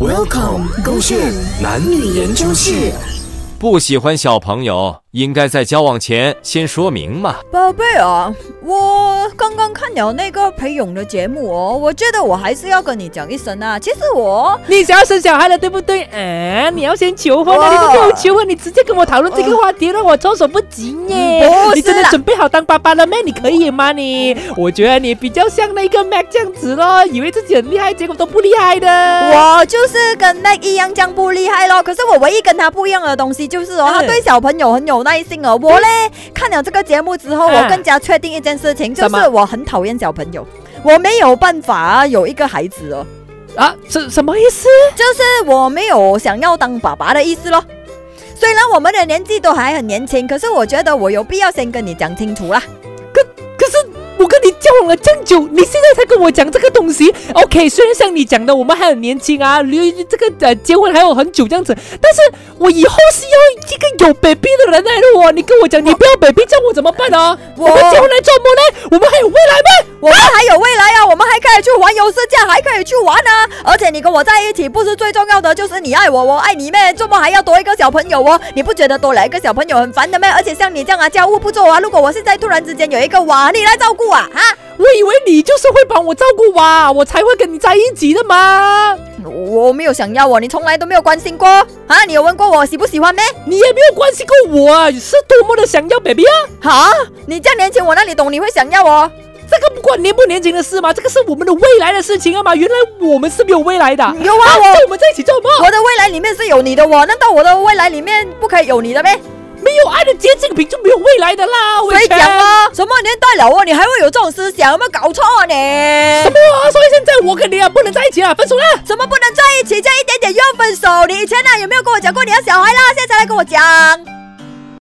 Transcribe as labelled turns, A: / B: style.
A: Welcome，勾线男女研究室。
B: 不喜欢小朋友，应该在交往前先说明嘛。
C: 宝贝啊，我刚刚看了那个裴勇的节目哦，我觉得我还是要跟你讲一声啊。其实我
D: 你想要生小孩了，对不对？啊，你要先求婚啊！你
C: 哇
D: 不跟我求婚，你直接跟我讨论这个话题，让我措手不及耶！
C: 不
D: 你真
C: 是
D: 的
C: 啦
D: 准备好当爸爸了没？你可以吗你？我觉得你比较像那个 Mac 这样子咯，以为自己很厉害，结果都不厉害的。
C: 我就是跟 Mac 一样这样不厉害咯。可是我唯一跟他不一样的东西就是哦，
D: 嗯
C: 他对小朋友很有耐心哦。我嘞看了这个节目之后，
D: 嗯
C: 我更加确定一件事情，就
D: 什么
C: 是我很讨厌小朋友。我没有办法啊有一个孩子哦，
D: 啊，什什么意思？
C: 就是我没有想要当爸爸的意思咯。虽然我们的年纪都还很年轻，可是我觉得我有必要先跟你讲清楚啦。
D: 可是我跟你交往了这么久，你现在才跟我讲这个东西，OK？虽然像你讲的，我们还很年轻啊，离这个呃结婚还有很久这样子，但是我以后是要一个有 baby 的人来的哦。你跟我讲你不要 baby，这样我怎么办啊？我
C: 我
D: 们结婚来做么呢？我们还有未来吗？
C: 我们还有未来啊，我们还可以去环游世界，还可以去玩啊！而且你跟我在一起，不是最重要的，就是你爱我，我爱你咩？怎么还要多一个小朋友哦？你不觉得多来一个小朋友很烦的咩？而且像你这样啊，家务不做啊，如果我现在突然之间有一个娃，你来照顾啊，哈！
D: 我以为你就是会帮我照顾娃，我才会跟你在一起的嘛。
C: 我我没有想要哦，你从来都没有关心过啊！你有问过我喜不喜欢咩？
D: 你也没有关心过我啊，是多么的想要 baby 啊！
C: 哈！你这样年轻，我哪里懂你会想要哦？
D: 这个不关年不年轻的事嘛，这个是我们的未来的事情啊嘛。原来我们是没有未来的。
C: 有啊，
D: 啊
C: 我
D: 我们在一起做什么？
C: 我的未来里面是有你的哦，难道我的未来里面不可以有你的咩？
D: 没有爱的结晶品就没有未来的啦。
C: 谁
D: 伟全
C: 讲？啊？什么年代了哦？你还会有这种思想？有没有搞错啊你？
D: 什么啊？所以现在我跟你啊不能在一起了，分手啦！
C: 怎么不能在一起？这样一点点又要分手？你以前啊有没有跟我讲过你要小孩啦？现在才来跟我讲。